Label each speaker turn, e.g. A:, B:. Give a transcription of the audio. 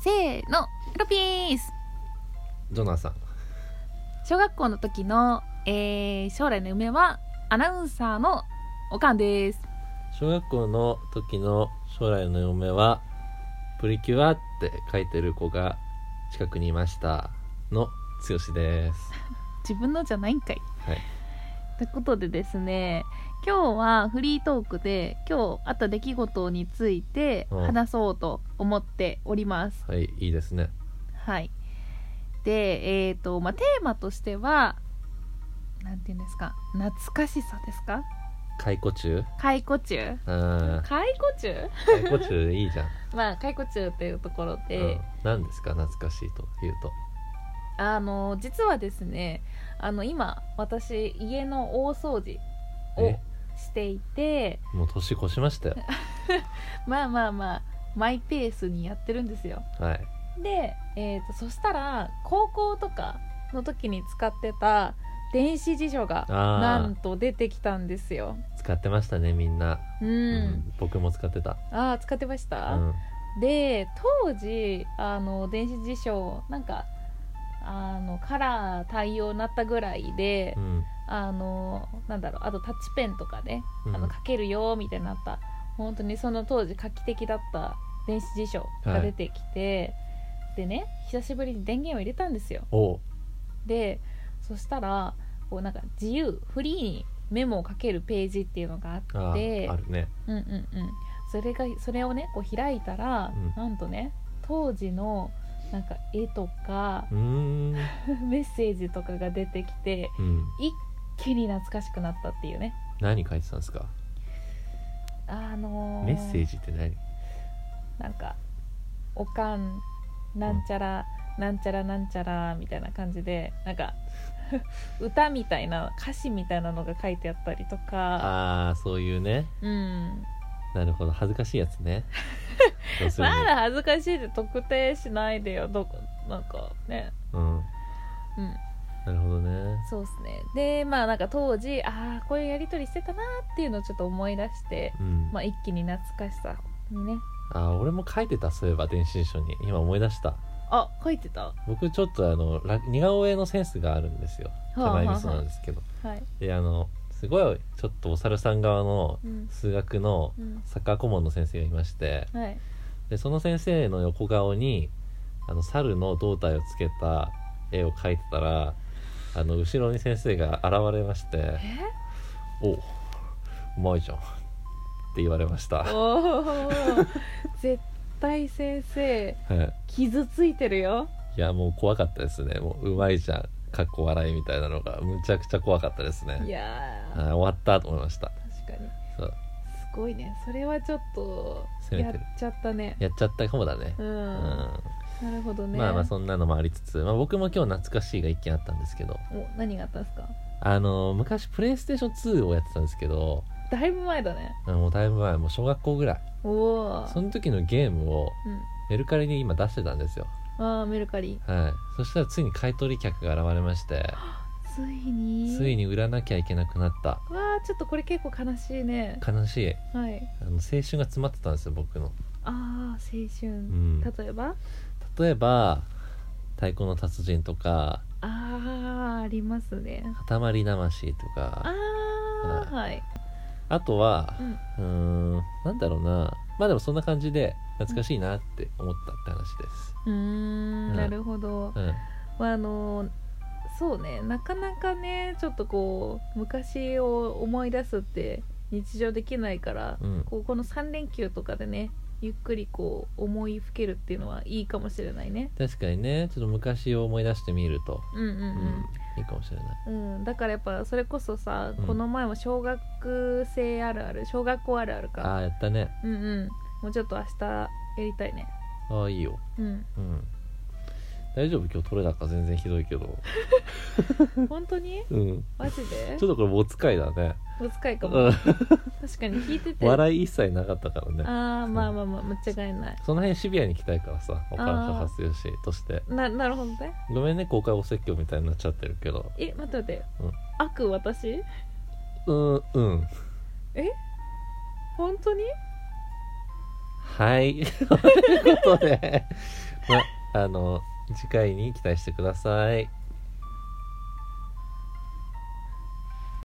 A: せーのロピース
B: ジョナさん
A: 小学校の時の、えー将来の夢はアナウンサーのおかんです
B: 小学校の時の将来の夢はプリキュアって書いてる子が近くにいましたの剛です
A: 自分のじゃないんかい
B: はい
A: ということでですね今日はフリートークで今日あった出来事について
B: うん
A: 話そうと思っております、
B: はいいいですね
A: はいでえっ、とまあテーマとしてはなんて言うんですか懐かしさですか
B: 解雇中
A: 解雇中
B: あ
A: 解雇中
B: ー解雇中い いじゃん、
A: まあ解雇中っていうところで、
B: うん、何ですか懐かしいというと
A: あの実はですねあの今私家の大掃除を
B: え
A: していて
B: もう年越し ましたよ
A: まあまあまあマイペースにやってるんですよ
B: はい
A: で、えー、とそしたら高校とかの時に使ってた電子辞書が
B: あー
A: なんと出てきたんですよ
B: 使ってましたねみんな、
A: うん、
B: うん僕も使ってた、
A: ああ使ってまし
B: う
A: た、
B: ん、
A: で当時あの電子辞書なんかあのカラー対応になったぐらいで、
B: うん
A: あのなんだろうあとタッチペンとかね、
B: うん
A: あの書けるよみたいになった本当にその当時画期的だった電子辞書が出てきて、でね久しぶりに電源を入れたんですよ
B: おう
A: でそしたらこうなんか自由フリーにメモを書けるページっていうのがあ
B: あ
A: っ
B: ー
A: て
B: あるね
A: うんうんうんそれがそれをねこう開いたら、
B: うん
A: なんとね当時のなんか絵とか
B: うーん、
A: メッセージとかが出てきて
B: うん、
A: 一気に懐かしくなったっていうね
B: 何書いてたんですか
A: あの
B: メッセージって何
A: なんか「おかんなんちゃら、なんちゃらなんちゃら」みたいな感じでなんか 歌みたいな歌詞みたいなのが書いてあったりとか
B: ああそういうね
A: うん
B: なるほど恥ずかしいやつ ね要する
A: ま
B: に
A: だ恥ずかしいで特定しないでよどこなんかね
B: うん
A: うん
B: なるほどね
A: そうですねでまあなんか当時ああこういうやり取りしてたなーっていうのをちょっと思い出して、
B: うん、
A: まあ、一気に懐かしさにね
B: あー俺も書いてたそういえば電子辞書に今思い出した
A: あ書いてた
B: 僕ちょっとあのら似顔絵のセンスがあるんですよ手
A: はあ
B: 前味噌なんですけど、
A: はい、
B: であのすごいちょっとお猿さん側の
A: うん
B: 数学の
A: うん、
B: サッカー顧問の先生がいまして
A: はい
B: でその先生の横顔にあの猿の胴体をつけた絵を描いてたらあの後ろに先生が現れまして
A: え
B: 「おううまいじゃん」って言われました、は
A: おお絶対先生
B: い、
A: 傷ついてるよ
B: いやもう怖かったですね「もううまいじゃん」かっこ笑いみたいなのがむちゃくちゃ怖かったです
A: い
B: ね
A: やー
B: あ終わったと思いました
A: 確かに
B: そう
A: すごいねそれはちょっと
B: 攻
A: や
B: め
A: って
B: る
A: ちゃったね
B: やっちゃったかもだね
A: うん、
B: うん、
A: なるほどね
B: まあまあそんなのもありつつ、まあ、僕も今日懐かしいが一件あったんですけど
A: お何があったんですか
B: あの昔プレイステーション2をやってたんですけど
A: だいぶ前だね
B: あもうだいぶ前もう小学校ぐらい
A: おお
B: その時のゲームを
A: うん
B: メルカリに今出してたんですよ
A: あーメルカリ
B: はいそしたらついに買い取り客が現れまして
A: ついに
B: ついに売らなきゃいけなくなった
A: わあちょっとこれ結構悲しいね
B: 悲しい
A: はい
B: あの青春が詰まってたんですよ僕の、
A: ああ青春、
B: うん、
A: 例えば
B: 例えば「太鼓の達人」とか
A: ああありますね
B: 「塊魂」と
A: あ
B: か
A: あーはい
B: あとは
A: うん
B: うーんなんだろうなまあでもそんな感じで懐かしいなって思ったって話です、
A: うーん
B: うん
A: なるほど、
B: うん、
A: まあ、あのそうねなかなかねちょっとこう昔を思い出すって日常できないから、
B: うん
A: こうこの3連休とかでねゆっくりこう思いふけるっていうのはいいかもしれないね
B: 確かにねちょっと昔を思い出してみると、
A: うんう
B: うん
A: ん
B: いいかもしれない
A: うん、うん、だからやっぱそれこそさ、
B: うん
A: この前も小学生あるある小学校あるある
B: あ
A: か
B: あやったね
A: うんうんもうちょっと明日やりたいね
B: ああいいよ
A: うん
B: うん大丈夫今日取れ高全然ひどいけど
A: 本当に
B: うん
A: マジで
B: ちょっとこれお使いだね
A: お使いかも
B: うん
A: 確かに聞いてて
B: 笑い一切なかったから ね
A: ああまあまあまあ間違いない
B: その辺シビアに行きたいからさおから
A: あー
B: か発生しとして
A: ななるほどね
B: ごめんね公開お説教みたいになっちゃってるけど
A: え待って待って、
B: うん
A: 悪私
B: うんうん
A: 本当に
B: はいということでまあの次回に期待してください